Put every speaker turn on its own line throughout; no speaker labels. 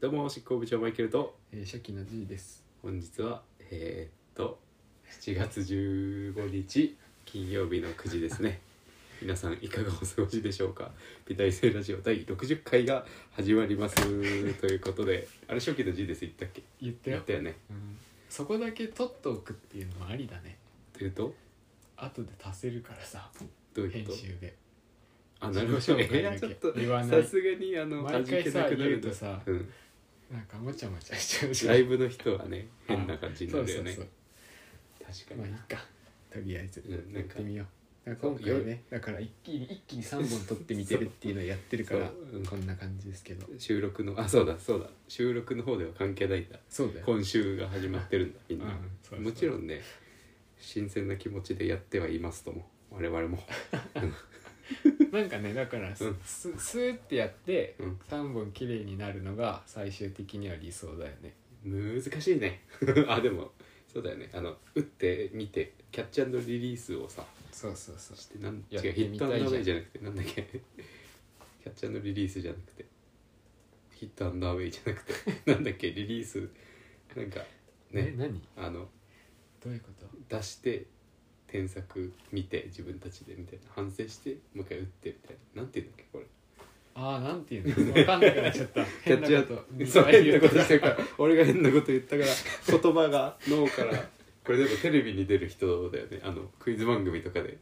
どうも執行部長マイケルと
えー、初期の G です。
本日はえー、っと7月15日金曜日の9時ですね 皆さんいかがお過ごしでしょうか美大生ラジオ第60回が始まりますということで あれ初期の G です言ったっけ
言った
言
よ
っ。たよね
うん、そこだけ取っておくっていうのもありだね。
というと
後で足せるからさ、
どういう
編
こと
集で。
あなるほど
自己紹介
いや
だけ
ちょっと
言わない
さすがにあの
毎回さ
味気なくなる
言うとさ
うん、
なんかもちゃもちゃしちゃうじゃん
ライブの人はね変な感じになるよね
そうそうそう
確
ま
か
あい
に
いか。とりあえず、
うんな
やっ
んか
てみよう。なんか今回ね、だから一気に一気に三本取ってみてるっていうのをやってるから、
そううん
こんな感じですけど。
収録のあそうだそうだ収録の方では関係ないんだ
そうだよ。
今週が始まってるんだみんな、
うんそうそう
もちろんね新鮮な気持ちでやってはいますとも我々も、
なんかねだからす
うん
すスーってやって
うん
3本綺麗になるのが最終的には理想だよね
難しいね あでもそうだよねあの打ってみてキャッチアンドリリースをさ
そうそうそう
してなん違
や
う
って
ヒッ
み
ト
た
ア
い
ン
じゃん
ダーウェイじゃなくてなんだっけ キャッチアンドリリースじゃなくてヒットアンダーウェイじゃなくて なんだっけリリースなんか
え
ね
何
あの
どういうこと
出して添削見て自分たちでみたいな反省してもう一回打ってみたいななんていうんだっけこれ
ああなんていうの分かんなくなっちゃっ た
キャ
変
ッ
な
チア
こと
ンそう変なことしてるから俺が変なこと言ったから言葉が脳からこれでもテレビに出る人だよねあのクイズ番組とかで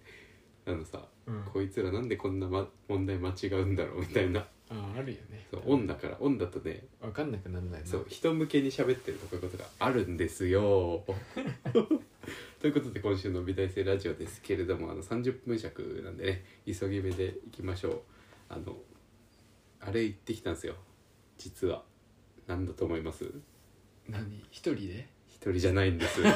あのさ、
うん
こいつらなんでこんな、ま、問題間違うんだろうみたいな
あーあるよね
そうオンだからオンだとね
分かんなくなんないな
そう人向けに喋ってるとかいうことがあるんですよ。 ということで今週の美大生ラジオですけれどもあの30分尺なんでね急ぎ目でいきましょう。あのあれ行ってきたんですよ実は何だと思います
何一人 で
一人じゃないんです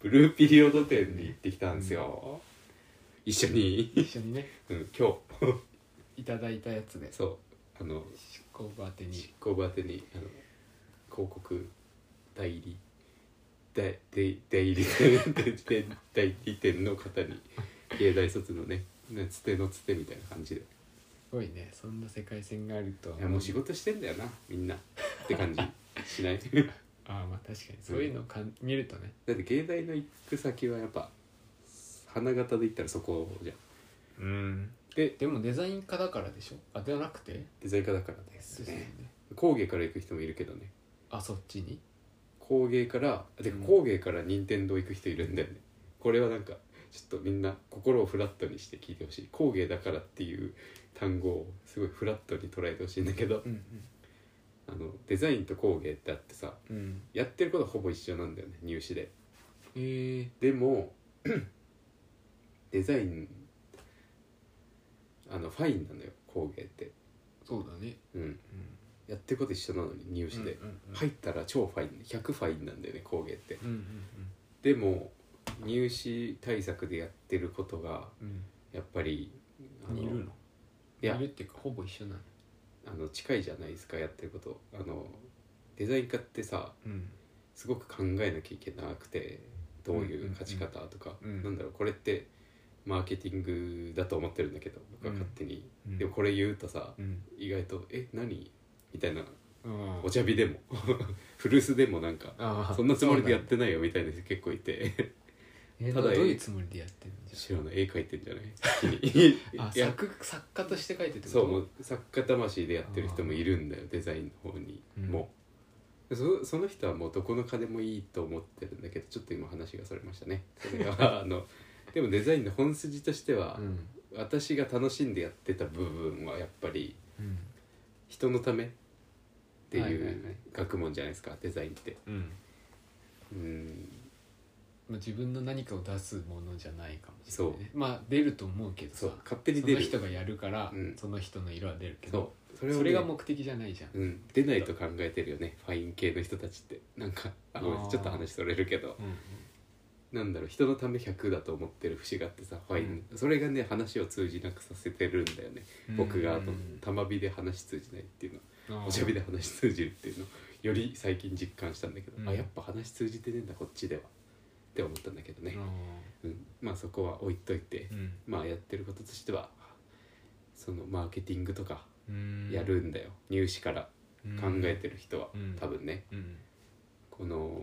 ブルーピリオド店に行ってきたんですよ一緒に、
一緒にね
うん、今日
いただいたやつで
そうあの
執行部宛て
執
に
行部宛てにあの広告代理代代代理 店代代理店の方に芸大卒のねねつてのつてみたいな感じでい
すごいねそんな世界線があるとは
やもう仕事してんだよなみんなって感じし ない
ああまあ確かにそういうのをかん見るとね
だって芸大の行く先はやっぱ花形で言ったらそこじゃん
うん
で
でもデザイン科だからでしょあではなくて
デザイン科だからです
そうですよ
ね
ね
工芸から行く人もいるけどね
あそっちに
工芸からてか
うん
工芸から任天堂行く人いるんだよね、これはなんかちょっとみんな心をフラットにして聞いてほしい工芸だからっていう単語をすごいフラットに捉えてほしいんだけど
うん
あのデザインと工芸ってあってさ
うんうん
やってることはほぼ一緒なんだよね入試で
え
でも デザインあのファインなのよ工芸って
そうだね
うん
うん
やってること一緒なのに入試で、
うんうん
入ったら超ファイン100ファインなんだよね工芸って
うん
でも入試対策でやってることが
うんうん
やっぱりあ
うん
の
似るの
いや
似るっていうかほぼ一緒なの
あの近いじゃないですかやってることあのデザイン科ってさ
うん
すごく考えなきゃいけなくてどういう勝ち方とか、
うんうんうんうん
なんだろうこれってマーケティングだと思ってるんだけど僕は勝手に、
うん
でもこれ言うとさ
うん
意外と「え何?」みたいな
あ
お茶火でも 古巣でもなんか
あ
そんなつもりでやっ
る
てないよみたいな人結構いて。た
た
だ
だどういうつもりでやってるんじ
知らない絵描いてんじゃない好きに
ゃん あ
いや
作作家として書いてってこと
そうもう作家魂でやってる人もいるんだよデザインの方に
うん
も、うそその人はもうどこの家でもいいと思ってるんだけどちょっと今話がそれましたねそれ はあのでもデザインの本筋としては、
うん
私が楽しんでやってた部分はやっぱり
うん
人のためって
はいはいはい
いう学問じゃないですか、デザインって
うん
うん
まあ自分の何かを出すものじゃないかもしれないねまあ出ると思うけどさ
そう
そ
勝手に出
の
る
人がやるから
うん
その人の色は出るけど
そう
そ
そ
れ,、
をね
が目的じゃないじゃん
うん、出ないと考えてるよねファイン系の人たちってなんかあごめんなさい
あー
ちょっと話それるけど
うん
なんだろう人のため100だと思ってる節があってさファイン、それがね話を通じなくさせてるんだよね、
うん
僕があ
う
の
ん
玉火で話通じないっていうの
あー
おしゃべりで話通じるっていうのより最近実感したんだけど、
うん
あやっぱ話通じてねえんだこっちではって思ったんだけど
あ
ね
ー、
うん、まあそこは置いといて、
うん
まあやってることとしてはそのマーケティングとか
うん
やるんだよ、入試から考えてる人は、
うん
多分ね
うん
この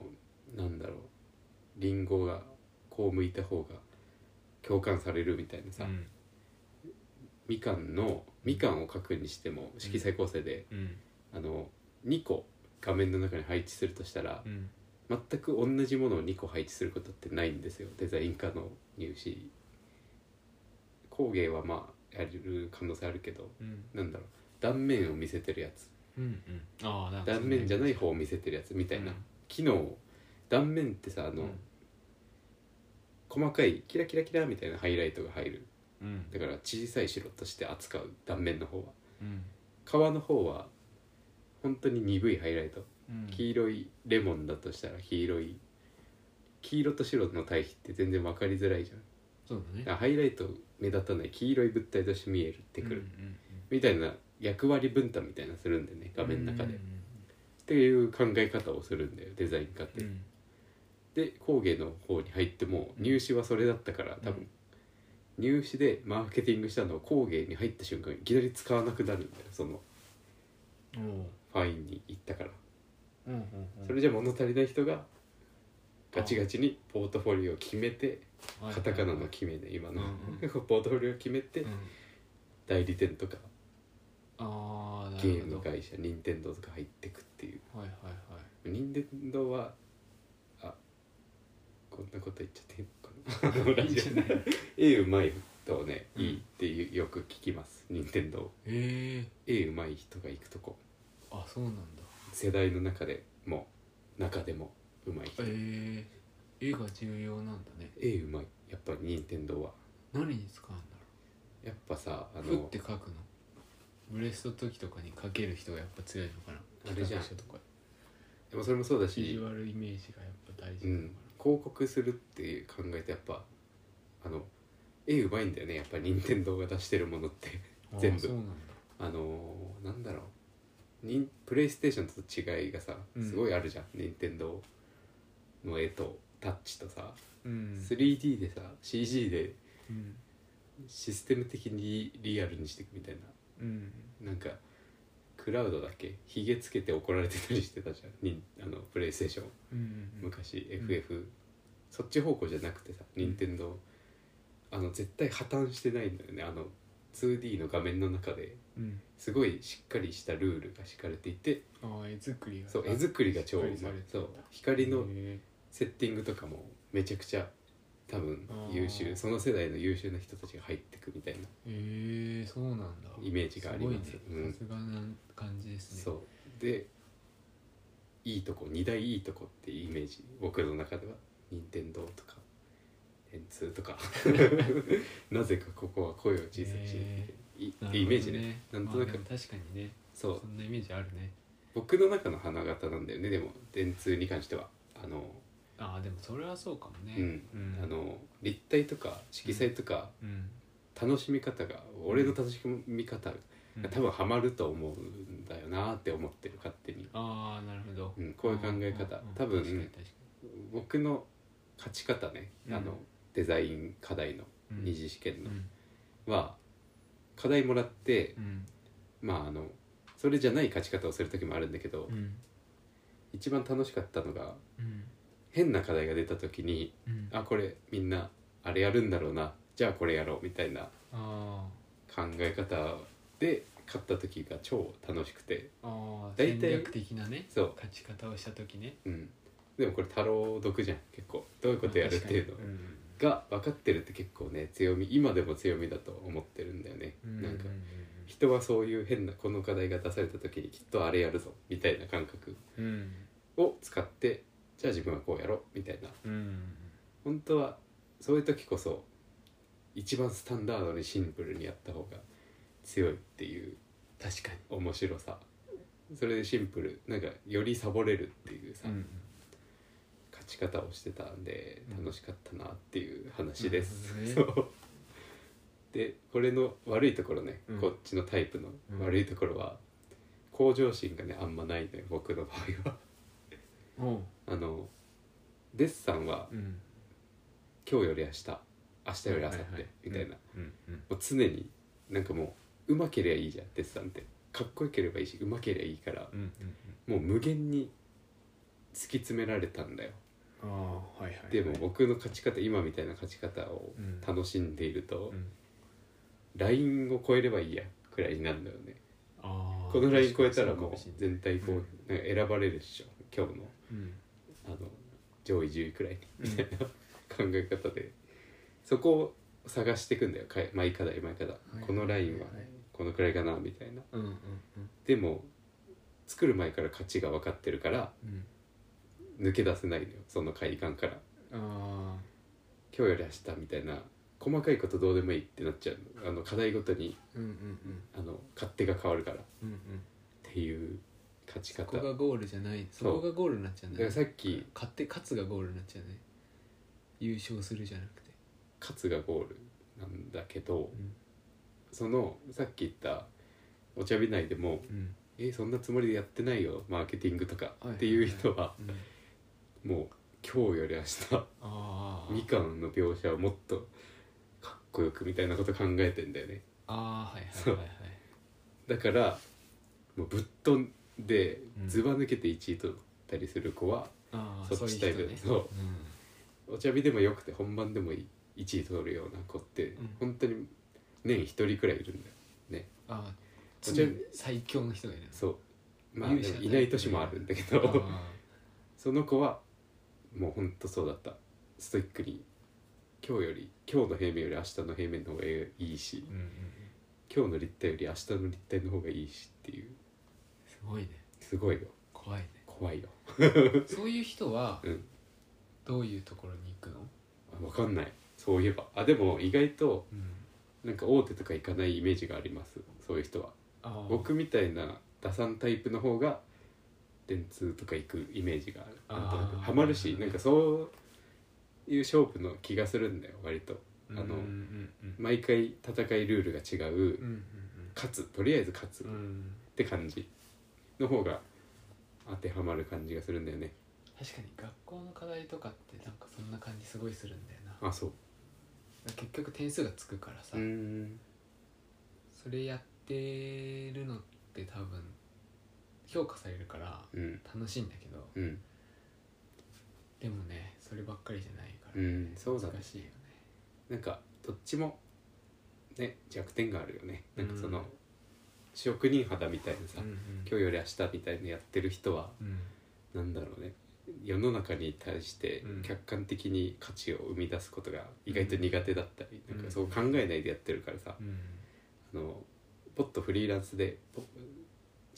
なんだろうリンゴがこう向いた方が共感されるみたいなさ、
うん
みかんのみかんを書くにしても色彩構成で、
うん
あの2個画面の中に配置するとしたら
う、ん
全く同じものを2個配置することってないんですよデザイン科の入試工芸はまあやる可能性あるけど
うん
なんだろう断面を見せてるやつ
うんうんああなんか
断面じゃない
み
方を見せてるやつみたいな、
うん
機能を断面ってさあの、細かいキラキラキラみたいなハイライトが入る
うん
だから小さい白として扱う断面の方は
うん
皮の方は本当に鈍いハイライト
うん
黄色いレモンだとしたら黄色い黄色と白の対比って全然分かりづらいじゃん
そうだね
だからハイライト目立たない黄色い物体として見えるってくる、
うんうんうん
みたいな役割分担みたいなするんでね画面の中で、
う
っ
ん
ていう考え方をするんだよデザイン科って、
うんうん
で工芸の方に入っても入試はそれだったから多分、
うん
入試でマーケティングしたのを工芸に入った瞬間にいきなり使わなくなるんだよその
おう
ファインに行ったから、
うんうんうん
それじゃ物足りない人がガチガチにポートフォリオを決めて
はい
カタカナの決めね今の、
うん
ポ
う
ートフォリオを決めて
うん
代理店とか
ああな
ゲ
る
ー
ほ
ム
ど
の会社任天堂とか入ってくっていう
はいはいはい
任天堂はあこんなこと言っち ゃっていいのかなラジオで絵うまい人をね、
うん
いいってよよく聞きます任天堂
ええ
絵うまい人が行くとこ
あそうなんだ
世代の中でも中でもうまい人
ええ絵が重要なんだね
絵うまいやっぱ任天堂は
何に使うんだろ
やっぱさあ
う「ふ」
の
って書くのブレスト時とかに書ける人がやっぱ強いのかな
あれじゃん
企画書とか
でもそれもそうだ
ビジ
し、
ュアルイメージがやっぱ大事
う
なの
ん
か、
広告するっていう考えてやっぱあの絵うまいんだよねやっぱ任天堂が出してるものって
な、
全部
あそうなんだ
あのーなんだろうにプレイステーションと違いがさ
うん
すごいあるじゃん、任天堂の絵とタッチとさ、
うん、
3D でさ CG で
うん
システム的にリアルにしていくみたい
うん
ななんかクラウドだっけひげつけて怒られてたりしてたじゃんにあのプレイステーション
うんうん
昔
ん
FF、そっち方向じゃなくてさ任天堂あの絶対破綻してないんだよねあの 2D の画面の中で
うん
すごいしっかりしたルールが敷かれていて
ああ絵作りが
そう絵作りが超うまい
しっかりされて
そ
ん
う
だ
光の
へ
セッティングとかもめちゃくちゃ多分
あー
優秀その世代の優秀な人たちが入ってくみたいな
えへえそうなんだ
イメージがあります
ごい
うん
ねさすがな感じですね
そうでいいとこ2大いいとこってイメージ僕の中では任天堂とか電通と かなぜかここは声を小さくして、
ね
い
なるほど
イメージねなんとなく、
まあでも確かにね
そう
そんなイメージあるね
僕の中の花形なんだよねでも電通に関してはあの、
ああでもそれはそうかもね
うん
うん
あの立体とか色彩とか
うん
楽しみ方が、俺の楽しみ方が多分ハマると思うんだよなって思ってる勝手に、
ああなるほど、
うん、こういう考え方
うんうんうん
多分
確かに確かに
僕の勝ち方ね、
うん
あのデザイン課題の
うん
二次試験
う
の、
ん
は課題もらって
う、ん
まああのそれじゃない勝ち方をする時もあるんだけど、
うん
一番楽しかったのが
うん
変な課題が出た時に
うん
あこれみんなあれやるんだろうなじゃあこれやろうみたいな
あ
考え方で勝った時が超楽しくて
ーあー
大
戦
体
略的なね
そう、
勝ち方をした時ね
うん、でもこれ太郎毒じゃん結構どういうことやるっていうの
まあ確かにん
が分かってるって結構ね強み今でも強みだと思ってるんだよね、
うん
なんか
うん
人はそういう変なこの課題が出された時にきっとあれやるぞみたいな感覚
うん
を使ってじゃあ自分はこうやろうみたいな
うんうん
本当はそういう時こそ一番スタンダードにシンプルにやった方が強いっていう
確かに
面白さそれでシンプルなんかよりサボれるっていうさ、
うん
勝ち方をしてたんで
うん
楽しかったなっていう話です。
なる
そ
ほど
うでこれの悪いところね、
うん
こっちのタイプの
うん
悪いところは、向上心がねあんまないのよ僕の場合は。
おう
あのデッサンは
うん
今日より明日明日より明後
はいはいは
日
い
みたいな、
うんうん
もう常になんかもううまけりゃいいじゃんデッサンってかっこよければいいしうまければいいから
うんうん
もう無限に突き詰められたんだよ
うんああはいはいはい
でも僕の勝ち方今みたいな勝ち方を
うん
楽しんでいると、
うん
ラインを超えればいいやくらいになるんだよね
ああ
このライン超えたらもう
確かにそうかもしれない
全体こうなんか選ばれるでしょ今日の
うん
あの上位10位くらいに
うん
みたいな考え方でそこを探していくんだよかい毎課題毎課題、
い
このラインは
はい
このくらいかなみたいな
うんうん
でも作る前から価値が分かってるから
うん
抜け出せないのよその快感から
うんあ
今日より明日みたいな細かいことどうでもいいってなっちゃうのあの課題ごとに
あうんうんうん
あの勝手が変わるからっ
うんうん
ていう勝ち
そ
方
こが
だか
ゴールじゃないそ
そう
こがゴールになっちゃうね
らさっき
勝って勝つがゴールになっちゃうね優勝するじゃなくて
勝つがゴールなんだけど
うん
そのさっき言ったお茶日内でも
うん
「えそんなつもりでやってないよマーケティングとか」
はい
っていう人は
うん
もう今日より明日
あー
みかんの描写をもっとかっこよくみたいなこと考えてんだよね
あーはい
そう
はいはいはい
だからもうぶっ飛んで
うん
ずば抜けて1位取ったりする子は、
ああ
そっち
そうい
タ
う
イプ
人ね
そう
うん
お茶日でもよくて本番でもいい1位取るような子って、
うん
本当に年1人くらいいるんだよ
ああ
こちら
常に最強の人がいる
そうまあ
勇
で
者
も
だ
いない年もあるんだけ
あー
どその子はもうほんとそうだったストイックに今日より今日の平面より明日の平面の方がいいし
うんうんうん
今日の立体より明日の立体の方がいいしっていう
すごいね
すごいよ
怖いね
怖いよ
そういう人は
うん
どういうところに行くの
あわかんないそういえばあでも意外となんか大手とか行かないイメージがありますそういう人は
あー
僕みたいな打算タイプの方が電通とか行くイメージがあるなんとなく
あー
ハマるしなんかそういう勝負の気がするんだよ割と
あ
あの
うんうん
毎回戦いルールが違う
うんうん
勝つとりあえず勝つっ
うんうん
て感じの方が当てはまる感じがするんだよね
確かに学校の課題とかってなんかそんな感じすごいするんだよな
あそう
結局点数がつくからさ、
うん
それやってるのって多分評価されるから
うん
楽しいんだけど
うん
でもねそればっかりじゃないから、
うんそうだね
難しいよね
なんかどっちもね弱点があるよねなんかその、
うん
職人肌みたいなさ、
うんうん
今日より明日みたいなやってる人は
うん
なんだろうね世の中に対して
うん
客観的に価値を生み出すことが意外と苦手だったり、
うん
なんかそう考えないでやってるからさ、
うん
あのポッとフリーランスでポ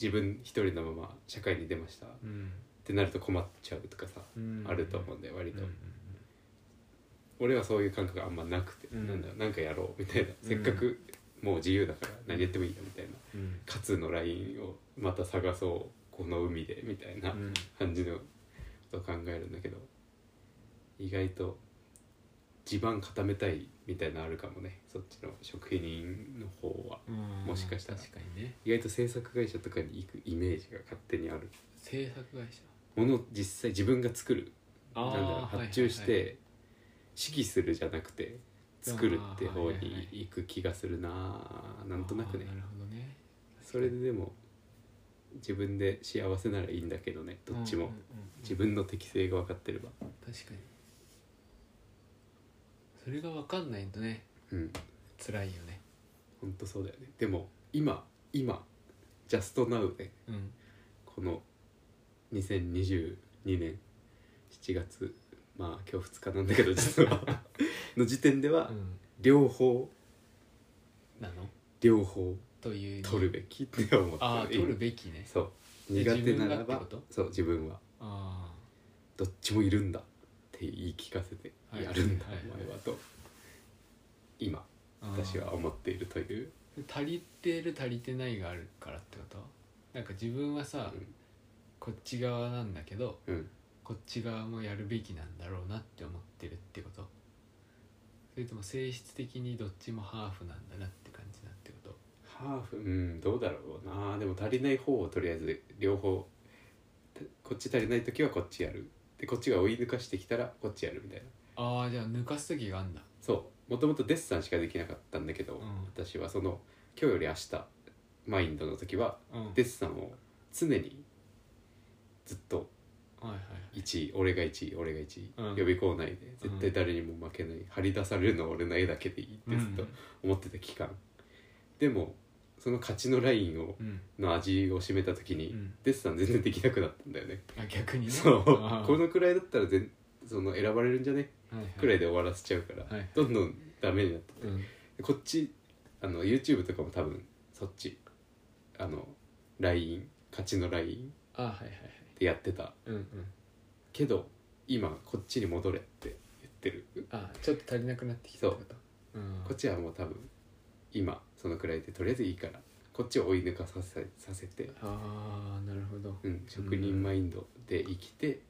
自分一人のまま社会に出ましたっ
うん
てなると困っちゃうとかさ、
うん
あると思うんだよ割
うん
と、
うん
俺はそういう感覚があんまなくて、
うん
なんだろうなんかやろうみたいな、
うん
せっかくもう自由だから何やってもいいよみたいな
うん
勝つのラインをまた探そうこの海でみたいな
うん
感じのことを考えるんだけど意外と地盤固めたいみたいなのあるかもねそっちの職人の方は
うん
もしかしたら
確かにね
意外と制作会社とかに行くイメージが勝手にある
制作会社
ものを実際自分が作る
あ
なんだろう
ー
発注し
はいはいはい
て指揮するじゃなくて作るって方
あーはいはいは
に
い
行く気がするなあなんとなくね
あーなるほどね
それででも自分で幸せならいいんだけどねどっちも、
うんうんうん
自分の適性が分かってれば
確かにそれが分かんないとね
うん
辛いよね
ほんとそうだよねでも今今ジャストナウで
うん
この2022年7月まあ今日2日なんだ けど実はの時点では両方
なの
両方
という
取るべきって思った
ああ取る
べ
べきね
そう苦
え
手な
自分が
ら
って
ば
こと
そう自分は
あ
どっちもいるんだって言い聞かせて
はい
やるんだ、
はい
お前はと今
あ
私は思っているという、
足りてる足りてないがあるからってことなんか自分はさ、こっち側なんだけど
うんうん、
こっち側もやるべきなんだろうなって思ってるってことそれとも性質的にどっちもハーフなんだなって感じなんてこと
ハーフうんどうだろうなでも足りない方をとりあえず両方たこっち足りない時はこっちやるでこっちが追い抜かしてきたらこっちやるみたいな
ああじゃあ抜かす時があんだ
そうもともとデッサンしかできなかったんだけど、
うん
私はその今日より明日マインドの時は
うん
デッサンを常にずっと
はいはい
1位俺が1位俺が1位、
うん
予備校内で絶
う
対
ん
誰にも負けない、張り出されるのは俺の絵だけでいいってずっと思ってた期間、でもその勝ちのラインを
うん
の味を占めた時
う
に、
ん
デッサン全然できなくなったんだよね、
あ逆にね
そう
あー
このくらいだったら全その選ばれるんじゃね
はいはい
くらいで終わらせちゃうから、
はい
どんどんダメになって
うん
こっちあの YouTube とかも多分そっちあのライン勝ちのライン
あはいはいはい
でやってた
うんうん
けど今こっちに戻れって言ってる
あちょっと足りなくなってきたってことうん
こっちはもう多分今そのくらいでとりあえずいいからこっちを追い抜かさせさせて、
ああなるほど
うん、職人マインドで生きて、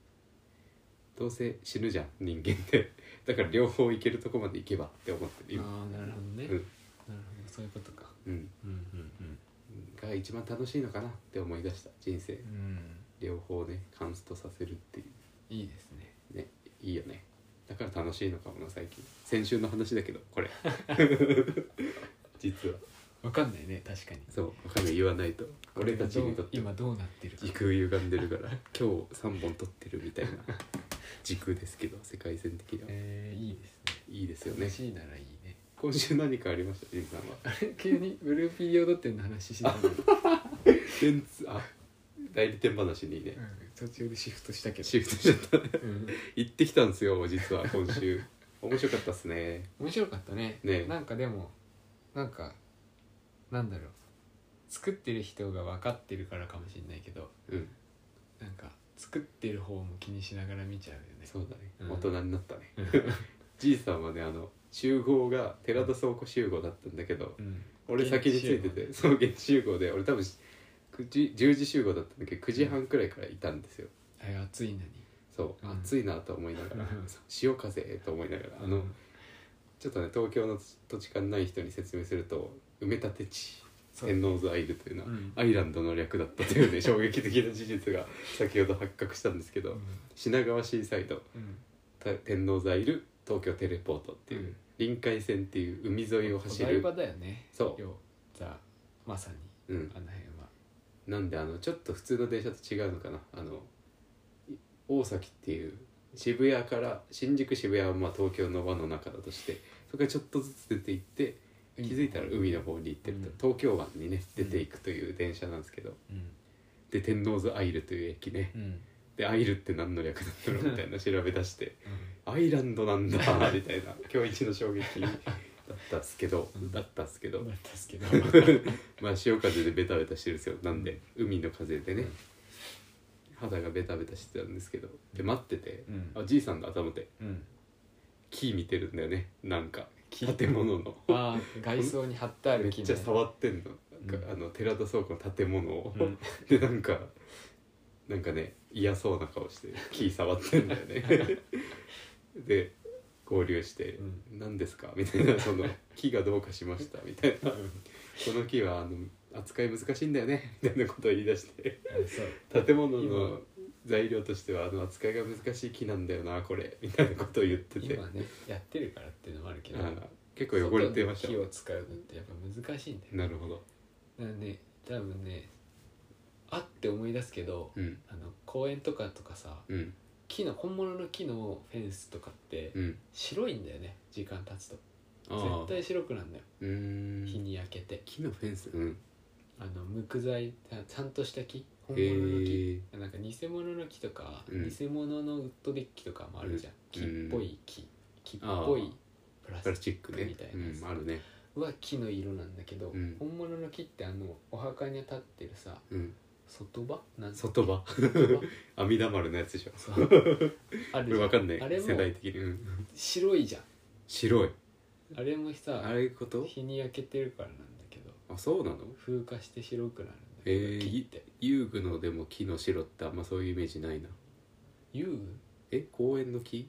どうせ死ぬじゃん人間って だから両方いけるとこまでいけばって思ってる今、
ああなるほどね、
うん
なるほどそういうことか
うん、
うんうん
が一番楽しいのかなって思い出した人生
うんうん
両方ねカンストさせるってい
いいですね
うねいいよねだから楽しいのかもな最近先週の話だけど これ実は
わかんないね確かに
そうわかんない言わないと俺たちにとって
今どうなってるか
時空歪んでるから今日3本撮ってるみたいな時空ですけど世界線的には
えー、いいですね
いいですよね
嬉しいならいいね
今週何かありましたジンさんは
あれ急にブルーピーヨード店の話してたのに、うん
全然あ代理店話にね
途中でシフトしたけど、
シフトしちゃった
うん、
行ってきたんですよ実は今週面白かったっすね
面白かったね
ね
なんかでもなんかなんだろう作ってる人が分かってるからかもしれないけど
うん
なんか作ってる方も気にしながら見ちゃうよね
そうだね、
うん
大人になったねじいさんはねあの集合が寺田倉庫集合だったんだけど
うん
俺先についててそう現地集合で俺多分9時10時集合だったんだけど9時半くらいからいたんですよ
あれ暑いの に
そう、
うん
暑いなと思いながら
うん
そう潮風と思いながらあの、
うん
ちょっとね東京の土地勘ない人に説明すると埋め立て地
そう
天王洲アイルというのは、
うん
アイランドの略だったという ね衝撃的な事実が先ほど発覚したんですけど、品川シーサイド
うん
た天王洲アイル東京テレポートっていう、
うん
臨海線っていう海沿いを走
お台
る
場だよね
そう
要ザまさに
うん
あの辺は
なんであのちょっと普通の電車と違うのかなあのい大崎っていう渋谷から新宿渋谷はまあ東京の輪の中だとしてそこからちょっとずつ出て行って気づいたら海の方に行ってると、
うん
東京湾にね出ていくという電車なんですけど、
うん
で天王洲アイルという駅ね
うんうん
でアイルって何の略なんだろうみたいな調べ出してアイランド なんだみたいな今日一の衝撃だったっすけど、
うん
だったっすけど
だったっすけど
まあ潮風でベタベタしてるんですよなんで海の風でね、
うん
肌がベタベタしてたんですけどで待ってて
う、ん
あじいさんが頭で
うん
木見てるんだよねなんか建物 の
あー外装に貼ってあ
め
る
っ
木ね
ちゃ触ってんの、なんかあの寺田倉庫の建物を、 でなんかなんかね嫌そうな顔してキー触ってんだよ ねで合流して
う
「
ん
何ですか?」みたいな「 その木がどうかしました」みたいな「この木はあの扱い難しいんだよね」みたいなことを言い出して
うんそう
建物の材料としてはあの扱いが難しい木なんだよなこれ みたいなことを言ってて
今ねやってるからっていうのもあるけど
あー結構汚れてました
外に火を使うのってやっぱ難しいんだよ
なるほど
だからね多分ねあって思い出すけど
うん
あの公園とかとかさ
うん
木の本物の木のフェンスとかって
うん
白いんだよね時間経つと
あー
絶対白くなんだよ
うーん
日に焼けて
木のフェンスうん
あの無垢材あちゃんとした木本
へ
物の木
え
なんか偽物の木とか、
うん
偽物のウッドデッキとかもあるじゃん、
うん
木っぽい木木っぽいプラ
プラ
ス
スチックね
みたいなやつ
うん、あるね
は木の色なんだけど、
うん
本物の木ってあのお墓に立ってるさ
うん
外葉 なんて
外葉
外葉
阿弥陀丸のやつでしょこ
そうある
れ
じゃ
わ
ん
かんない
あれも
世代的に、うん、
白いじゃん
白い
あれもさ
あれこと
日に焼けてるからなんだけど
あそうなの
風化して白くなるんだけど、
えー、
木
い
って
遊具のでも木の白ってあんまそういうイメージないな
遊
え公園の木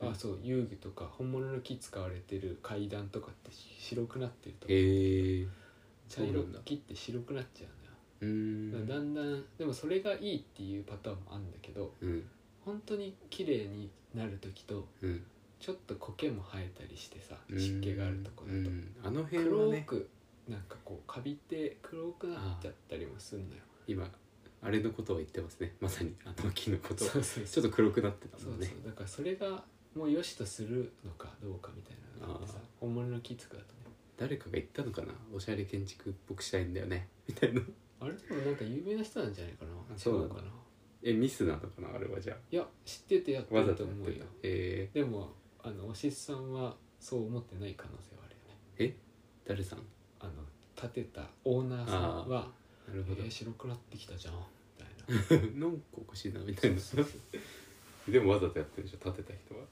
具あそう遊具とか本物の木使われてる階段とかって白くなってると
へえー、
茶
そうな
色
んだ
く切って白くなっちゃうんだよ
うー
だからだ
ん
んだんでもそれがいいっていうパターンもあるんだけど
うん
本当に綺麗になる時と
うん
ちょっと苔も生えたりしてさ湿気があるとこだ
う
と
んあの辺は
黒
ね
くなんかこうカビって黒くなっちゃったりもすんのよ
今あれのことを言ってますねまさにあの木のことを
そうそう
ちょっと黒くなってた
そ
も
うんそ
ね
うだからそれがもう良しとするのかどうかみたいなのがあってさ
あー
本物の木とかだとね
誰かが言ったのかなおしゃれ建築っぽくしたいんだよねみたいな
あれでもなんか有名な人なんじゃないかな
あそうなん
違う
だ
かな
えミスなのかなあれはじゃ
いや知っててやって
あわざ
ると
とや
思
っ
う
て
よ
たえ
でもあのおしっさんはそう思ってない可能性はあるよね
ー、え誰さん
あの建てたオーナーさんは
なる
「え
ほど、
ー、白くなってきたじゃん」みたいな
なんかおかしいなみた
そ
いな
うそうそう
でもわざとやってるでしょ立てた人は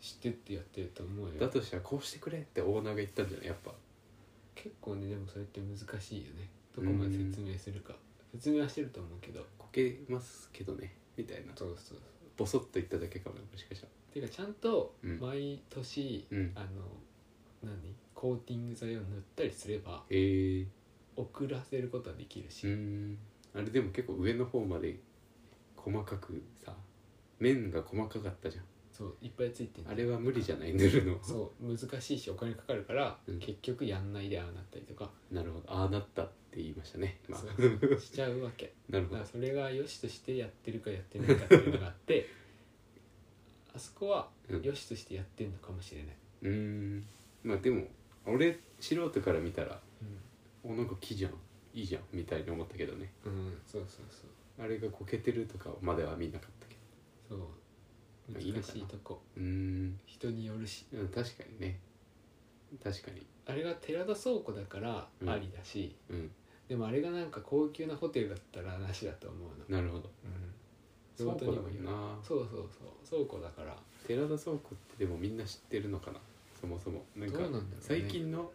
知ってってやってると思う
だ
よ
としたらこうしてくれってオーナーが言ったんじゃないやっぱ
結構ねでもそれって難しいよねどこまで説明するか説明はしてると思うけど
こけますけどねみたいな
そうそう
ボソッと言っただけかもねもしかしたら
ていうかちゃんと
うん
毎年、
うん
あの何コーティング剤を塗ったりすれば
えー、
遅らせることはできるし、
うーんあれでも結構上の方まで細かくさ面が細かかったじゃん
そういっぱいついてんの
あれは無理じゃない塗るの
そう難しいしお金かかるから、
うん
結局やんないでああなったりとか、
なるほどああなったって言いましたね今
そ
な
うしちゃうわけ
る
だ
ほ
か
ど
らそれが良しとしてやってるかやってないかっていうのがあって あそこは
うん
良しとしてやってんのかもしれない、
うーんまあでも俺素人から見たら
うん
おなんか木じゃんいいじゃんみたいに思ったけどね
うん、そうそうそう
あれがこけてるとかまでは見なかったけ
そう
まあ
難
いいのかな
しいとこ
どうーん
人によるし
うん確かにね確かに
あれが寺田倉庫だから
うん
ありだし、
うん
でもあれがなんか高級なホテルだったらなしだと思うの、
なるほど
うん、
倉庫だも
仕事に
ん
よる
な
そうそうそう倉庫だから
寺田倉庫ってでもみんな知ってるのかなそもそもなんか
どうなんだろうね
最近の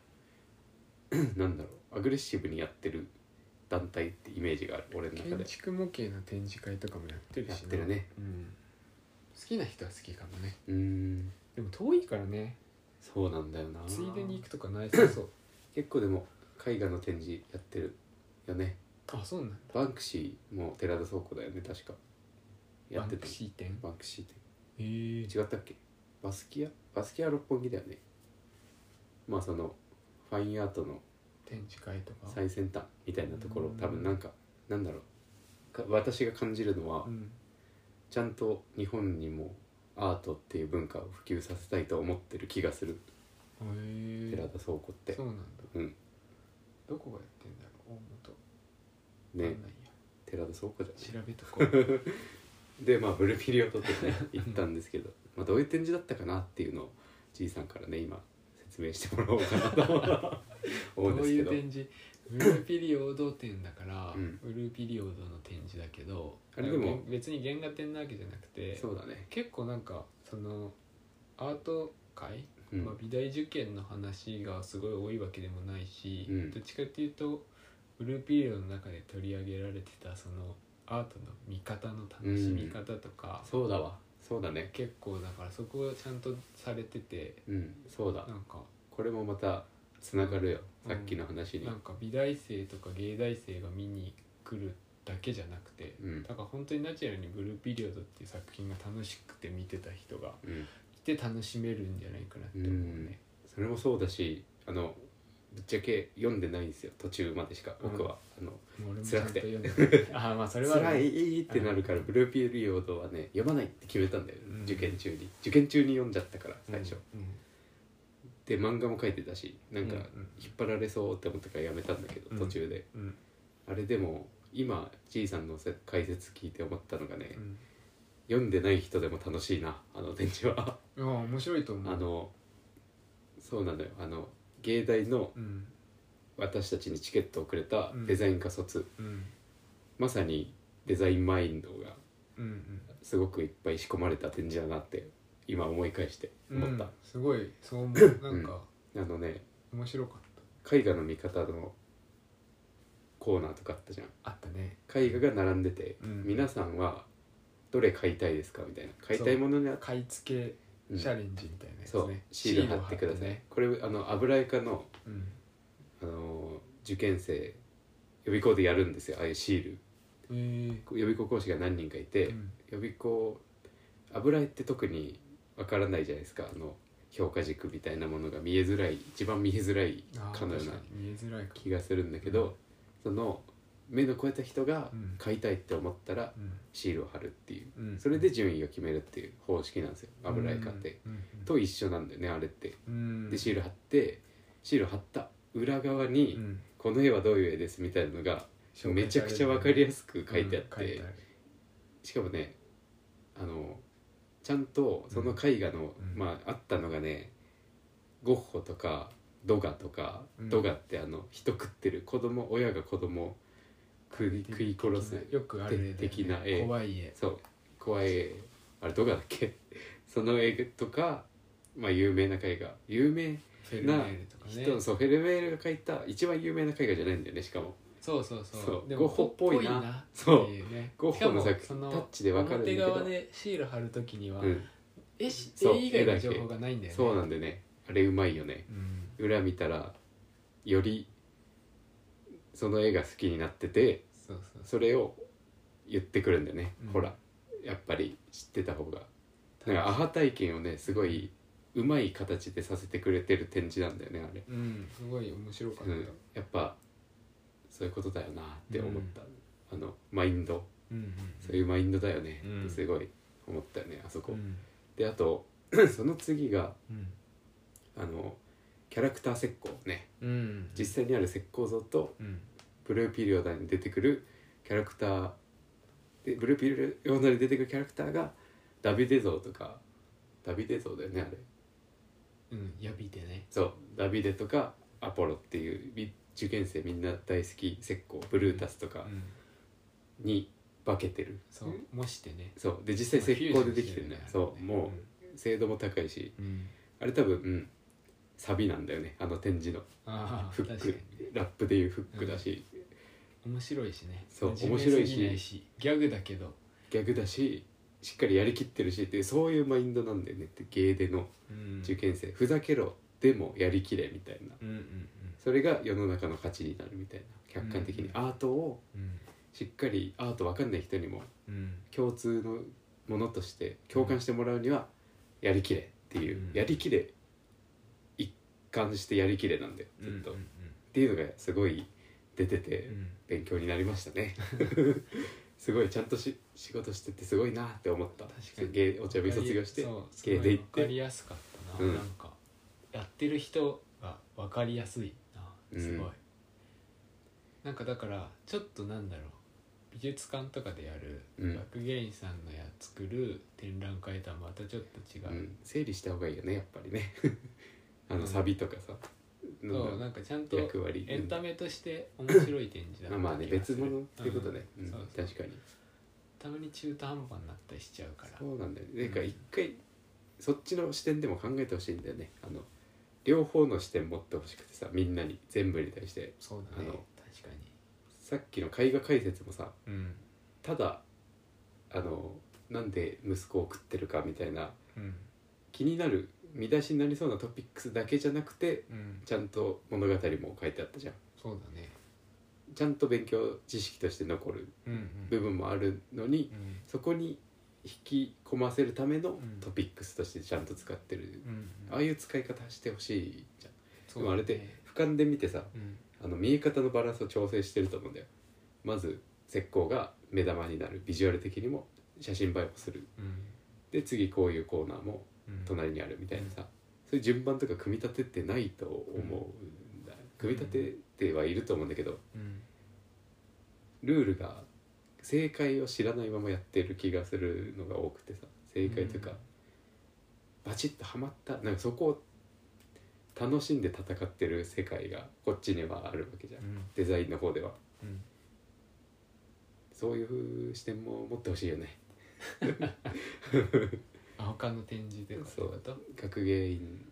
なんだろうアグレッシブにやってる団体ってイメージがある俺の中
建
で
築模型の展示会とかもやってるしな
やってるね
うん、好きな人は好きかもね
うーん
でも遠いからね
そうなんだよな
ついでに行くとかないそうそう
結構でも絵画の展示やってるよね
あそうなんだ
バンクシーも寺田倉庫だよね確かやってた
バンクシー展
バンクシーって
へえ
違ったっけバスキアバスキア六本木だよねまあそのファインアートの
展示会とか
最先端みたいなところ
うん
多分なんかなんだろうか私が感じるのは、
うん
ちゃんと日本にもアートっていう文化を普及させたいと思ってる気がする
へ
寺田倉庫っ
え
て
そうなんだ
うん
どこがやってんだろう大本わ
ね
かんないや
寺田倉庫じゃ
調べとこ う
んでまあブルーピリオドって ね行ったんですけど、まあ、どういう展示だったかなっていうのをじいさんからね今説明してもらおうかな と思うん
ど
で
う
す
い
け
う
ど
展示ブルーピリオド展だから、
うん
ブルーピリオドの展示だけど
あれでも
別に原画展なわけじゃなくて
そうだね、
結構なんかそのアート界、
うん
まあ、美大受験の話がすごい多いわけでもないし、
うん
どっちかっていうとブルーピリオの中で取り上げられてたそのアートの見方の楽しみ方とか、
そうだわそうだね
結構だからそこがちゃんとされてて
うんそうだ
なんか
これもまたつながるよ
うん
さっきの話に
なんか美大生とか芸大生が見に来るだけじゃなくて
うん
だから本当にナチュラルにブルーピリオドっていう作品が楽しくて見てた人が
うん
いて楽しめるんじゃないかなって思うね。
それもそうだしあのぶっちゃけ読んでないんですよ途中までしか僕は、あの
もう俺もちゃ
辛く
んと
て
読んでないああまあそれはね
辛いってなるからブルーピリオドはね読まないって決めたんだよ、
うん
受験中に受験中に読んじゃったから
うん
最初、
うん
で漫画も書いてたしなんか
うんうん
引っ張られそうって思ったからやめたんだけど、
うん
途中で
うん
あれでも今じいさんのせ解説聞いて思ったのがね、
うん
読んでない人でも楽しいなあの展示は
いや面白いと思う
あのそうなのよあの芸大の
うん
私たちにチケットをくれた
うん
デザイン科卒、
うん
まさにデザインマインドが
うん
すごくいっぱい仕込まれた展示だなって今思い返して
うん
思っ
うん
た、
すごいそう 思うなんか
あのね
面白かっ
絵画の見方のコーナーとかあったじゃん
たあったね
絵画が並んでて、
うん
皆さんはどれ買いたいですかみたいな買いたいものには
買い付
うん
けチャレンジみたいなやつ
そう
ね
シール貼ってください、これあの油絵科の、
うん
あの受験生予備校でやるんですよああいうシール
えー
予備校講師が何人かいて、
うん
予備校油絵って特にわからないじゃないですかあの評価軸みたいなものが見えづらい一番見えづらい
あー
かのよう
確
な
かに見えづらいか
気がするんだけど、その目の超えた人が
うん
買いたいって思ったら
うん
シールを貼るっていう、
うん
それで順位を決めるっていう方式なんですよ油絵家って、
うん
と一緒なんだよねあれって。
うん
でシール貼ってシール貼った裏側に、
うん
この絵はどういう絵ですみたいなのがめちゃくちゃ分かりやすく書いてあって、
うん書いてある
しかもねあのちゃんとその絵画の、
うん
まああったのがねゴッホとかドガとか、
うん
ドガってあの人食ってる子供親が子供を食い食い殺す
よくある絵だよね
的な絵
怖い絵
そう怖い絵あれドガだっけ その絵とかまあ有名な絵画有名
フェルメールとかね
人、そうフェルメールが描いた一番有名な絵画じゃないんだよねしかも
そうそう
そ
そううで
ゴ
も
ッホっぽいな
そうっていうね
ゴッホの作
しかも
タッチで分かるんだけ
表
ど
側でシール貼るときには
うん、
絵し
そう
絵以外の情報がないんだよね
そうなんでねあれうまいよね
うん
裏見たらよりその絵が好きになってて
そうそうそう
それを言ってくるんだよね、
うん
ほらやっぱり知ってた方がなんかアハ体験をねすごいうまい形でさせてくれてる展示なんだよねあれ、
うんすごい面白かっ
う
た
ん、やっぱそういうことだよなって思った、あのマインド
うんうん
そういうマインドだよね
うん
ってすごい思ったよねあそこ、
うん
であと その次が
うん
あのキャラクター石膏ね
うん
実際にある石膏像と
うん
ブルーピリオダに出てくるキャラクターでブルーピリオダに出てくるキャラクターがダビデ像とかダビデ像だよねあれ
うんやびてね
そうダビデとかアポロっていうみ受験生みんな大好き石膏ブルータスと
う
か
ん
に化けてる、
そう模してね
そうで実際石膏でできてるねそうも
うん
う精度も高いし
うん
あれ多分うんサビなんだよねあの展示の
ああ
フ
確
ッ
かに
クラップでいうフックだし、
面白いしね
そう
真面目
面白いし
すぎなしギャグだけど
逆だししっかりやりきってるしっていうそういうマインドなんだよねって芸での
うん
受験生、ふざけろでもやりきれみたいな
うんうん
それが世の中の価値になるみたいな客観的に
うん
アートを
うん
しっかりアートわかんない人にも
うん
共通のものとして共感してもらうにはやりきれっていう、
うん
やりきれ一貫してやりきれなんだよずっと、
うん
っていうのがすごい出てて、
うんうん
勉強になりました ねすごいちゃんとし仕事しててすごいなって思った
確かに
芸お茶部卒業して
そうす
芸
ご
で
い
行
分
って
かりやすかったな、
うん
なんかやってる人が分かりやすいなすごい、
うん
なんかだからちょっとなんだろう美術館とかでやる
うん
学芸員さんのや作る展覧会とはまたちょっと違
う
う、
ん、整理した方がいいよねやっぱり ねあ
う
の
ん
サビとかさ、
そう
なん
なんかちゃん
か
と
役割
エンタメとして面白い展示だった
うんまあね
気がす
別
る
物っていうことね、
う
うんん
そうそう
確かに
たまに中途半端になったりしちゃうから
そうなんだよねなんか一回、そっちの視点でも考えてほしいんだよねあの両方の視点持ってほしくてさみんなに全部に対して
そうだ
あ
ね
の
確か
さっきの絵画解説もさ
にうん
ただあのなんで息子を食ってるかみたいな
うん
気になる見出しになりそうなトピックスだけじゃなくて
うん
ちゃんと物語も書いてあったじゃん
そうだね
ちゃんと勉強知識として残る
うんう
部
ん
分もあるのに
うん
そこに引き込ませるための
ん
トピックスとしてちゃんと使ってる
うん
ああいう使い方してほしいじゃん
そ
で
うだ
もあれ
ね
で俯瞰で見てさ
うん
あの見え方のバランスを調整してると思うんだよまず石膏が目玉になるビジュアル的にも写真映えもする
うん
で次こういうコーナーも
うん
隣にあるみたいなさ、そういう順番とか組み立ててないと思うんだ、組み立ててはいると思うんだけど
うん
ルールが正解を知らないままやってる気がするのが多くてさ正解というか、バチッとはまったなんかそこを楽しんで戦ってる世界がこっちにはあるわけじゃん、
うん
デザインの方では
うん
そういう視点も持ってほしいよね
あ他の展示でかってこと
学芸員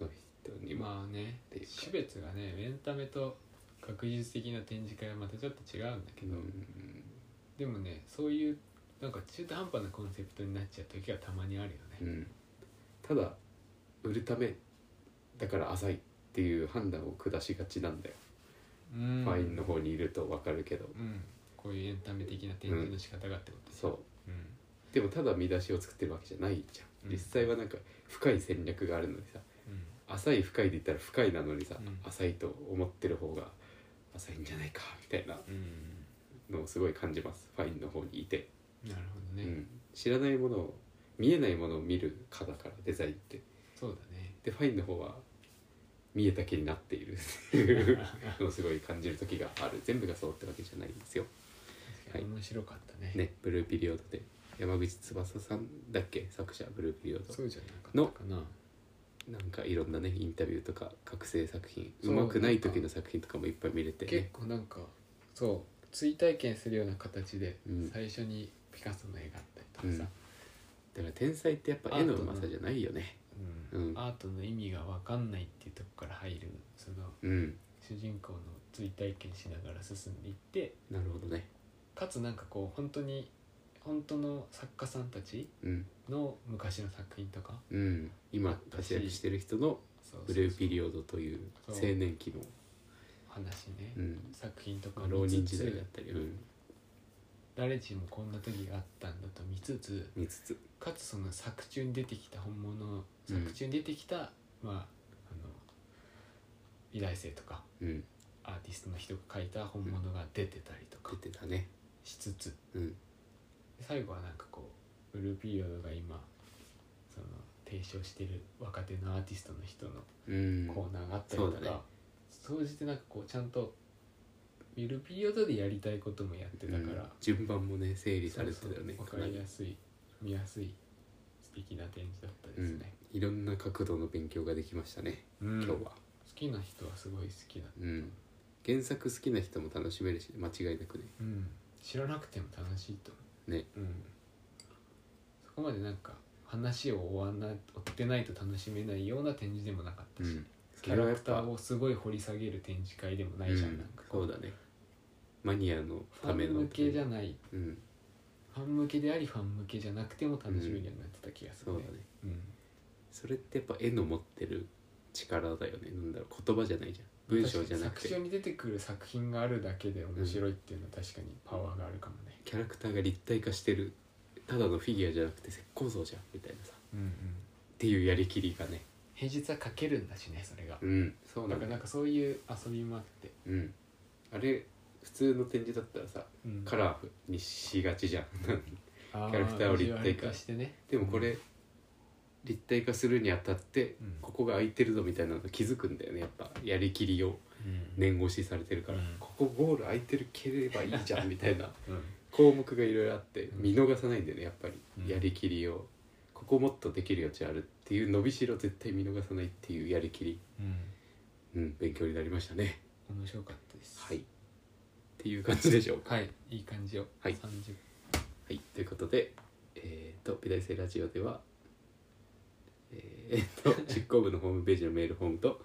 の人にも、
まあね
ていうか
種別がねエンタメと学術的な展示会はまたちょっと違うんだけ
うん
ど、でもねそういうなんか中途半端なコンセプトになっちゃう時はたまにあるよ
う
ね、
ん、ただ売るためだから浅いっていう判断を下しがちなんだよ、
うん、
ファインの方にいるとわかるけど
うんこういうエンタメ的な展示の仕方がってこと
そう
うん
でもただ見出しを作ってるわけじゃないじゃん
うん
実際はなんか深い戦略があるのにさ
うん
浅い深いで言ったら深いなのにさ、
うん
浅いと思ってる方が浅いんじゃないかみたいな
うん
のをすごい感じますファインの方にいて、
なるほどね、
うん、知らないものを見えないものを見るかだからデザインって
そうだね
でファインの方は見えた気になってい るっていうのをすごい感じる時がある全部がそうってわけじゃないんですよ
確かに面白かったね,、
ねブルーピリオドで山口翼さんだっけ作者ブルーピリオド
そうじゃなかったかな
なんかいろんなねインタビューとか覚醒作品
そう
うまくない時の作品とかもいっぱい見れて
結
ね
構なんかそう追体験するような形で、
うん
最初にピカソの絵があったりと
うん
かさ、
だから天才ってやっぱ絵のうまさじゃないよね
うん
うん
アートの意味が分かんないっていうとこから入るその
うん
主人公の追体験しながら進んでいって
なるほどね
かつなんかこう本当に本当の作家さんたち
うん
の昔の作品とか
うん今活躍してる人の
そう
ブルーピリオドという青年期の
話ね、
うん
作品とか
まあ
を見
浪人
つ
時代だっ
つ
たりうん
誰しもこんな時があったんだと見つつ
見つつ
かつその作中に出てきた本物
うん
作中に出てきた、まああの美大生とか
うん
アーティストの人が書いた本物が出てたりとか
出てたね
しつつ、
うん
最後はなんかこうブルーピリオドが今その提唱してる若手のアーティストの人の
うん
コーナーがあったりと
そうだね
か、総じてなんかこうちゃんとブルーピリオドでやりたいこともやってたから、
うん順番もね整理されてた
そう
よ
そう
ね
わか
かな
り
り
やすい見やすい素敵な展示だった
う
です
ん
ね、
いろんな角度の勉強ができましたね
うん
今日
好
は
きな人はすごい好きだ、
うん原作好きな人も楽しめるし間違いなくね
うん、知らなくても楽しいと思う
ね、
うん、そこまでなんか話を追わな追ってないと楽しめないような展示でもなかった
う
し、
ん
キャラクターをすごい掘り下げる展示会でもないじゃん、
うん
なんか
そうだねマニアの
ファ
ため
ン
の
向けじゃない
うん
ファン向けでありファン向けじゃなくても楽しめるようになってた気がす
そ
る
う
ね
だね
うん
それってやっぱ絵の持ってる力だよねなんだろう言葉じゃないじゃん文章じゃなく
確かに作
て
中に出てくる作品があるだけで面白いっていうのは確かにパワーがあるかもね
キャラクターが立体化してるただのフィギュアじゃなくて石膏像じゃんみたいなさっ
うんうん
ていうやりきりがね
平日は書けるんだしねそれが
うんそうな
だ
ん
か
だ
らなんかそういう遊びもあって
うんあれ普通の展示だったらさカ
ラ
ラーにしがちじゃん
キ
キャラクターを立体化
してね
でもこれ、立体化するにあたって、
うん
ここが空いてるぞみたいなの気づくんだよねやっぱやりきりを
ね
念押しされてるから、
うん
ここゴール空いてるければいいじゃんみた いな
うん
項目がいろいろあって
うん
見逃さないんだよねやっぱり、
うん
やりきりをここもっとできる余地あるっていう伸びしろ絶対見逃さないっていうやりきり、うん、勉強になりましたね
うん面白かったです
はいっていう感じでしょうか
はいいい感じを
はい
30分
はい、ということで、えー、と美大生ラジオでは、えー、 と執行部のホームページのメールフォームと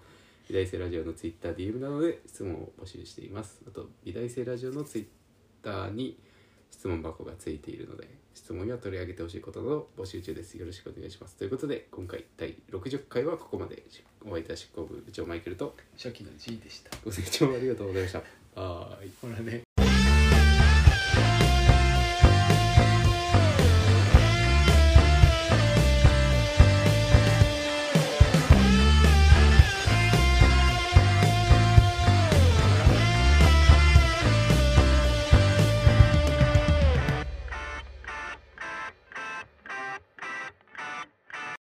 美大生ラジオのツイッター DM などで質問を募集していますあと美大生ラジオのツイッターに質問箱がついているので質問や取り上げてほしいことなど募集中ですよろしくお願いしますということで今回第60回はここまでお相手は執行部部長マイケルと
初期の G でした
ご清聴ありがとうございましたはーい
ほらね